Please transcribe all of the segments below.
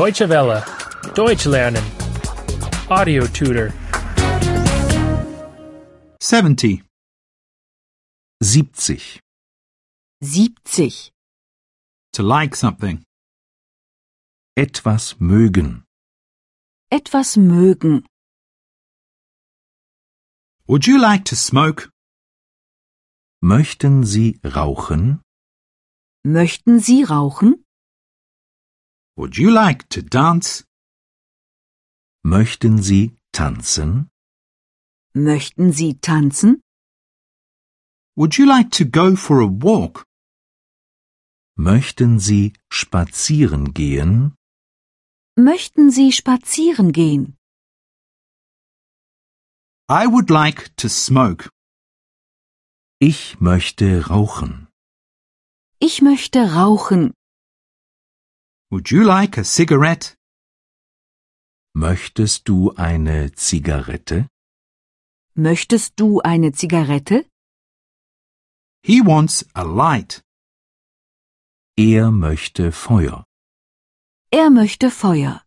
Deutsche Welle. Deutsch lernen. Audio tutor. 70. 70. 70. To like something. Etwas mögen. Etwas mögen. Would you like to smoke? Möchten Sie rauchen? Möchten Sie rauchen? Would you like to dance? Möchten Sie tanzen? Möchten Sie tanzen? Would you like to go for a walk? Möchten Sie spazieren gehen? Möchten Sie spazieren gehen? I would like to smoke. Ich möchte rauchen. Ich möchte rauchen. Would you like a cigarette? Möchtest du eine Zigarette? Möchtest du eine Zigarette? He wants a light. Er möchte Feuer. Er möchte Feuer.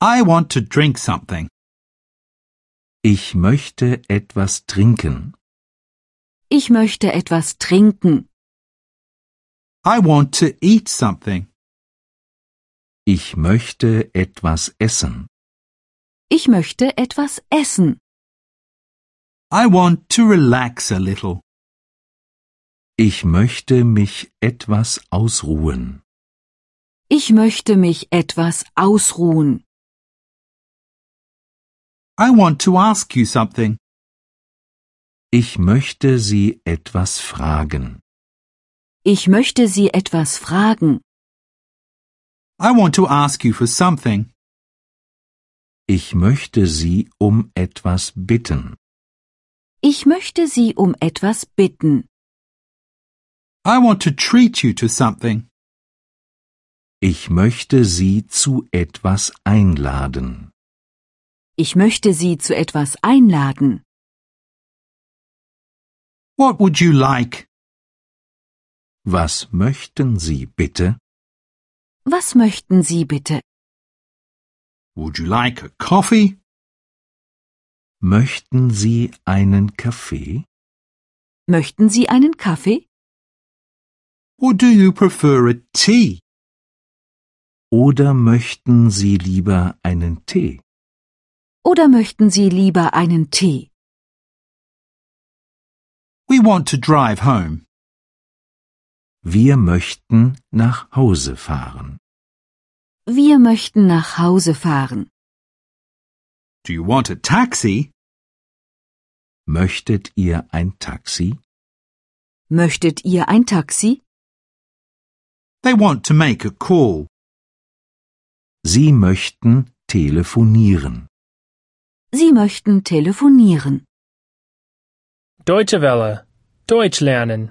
I want to drink something. Ich möchte etwas trinken. Ich möchte etwas trinken. I want to eat something. Ich möchte etwas essen. Ich möchte etwas essen. I want to relax a little. Ich möchte mich etwas ausruhen. Ich möchte mich etwas ausruhen. I want to ask you something. Ich möchte Sie etwas fragen. Ich möchte Sie etwas fragen. I want to ask you for something. Ich möchte Sie um etwas bitten. Ich möchte Sie um etwas bitten. I want to treat you to something. Ich möchte Sie zu etwas einladen. Ich möchte Sie zu etwas einladen. What would you like? Was möchten Sie bitte? Was möchten Sie bitte? Would you like a coffee? Möchten Sie einen Kaffee? Möchten Sie einen Kaffee? Or do you prefer a tea? Oder möchten Sie lieber einen Tee? Oder möchten Sie lieber einen Tee? We want to drive home. Wir möchten nach Hause fahren. Wir möchten nach Hause fahren. Do you want a taxi? Möchtet ihr ein Taxi? Möchtet ihr ein Taxi? They want to make a call. Sie möchten telefonieren. Sie möchten telefonieren. Deutsche Welle. Deutsch lernen.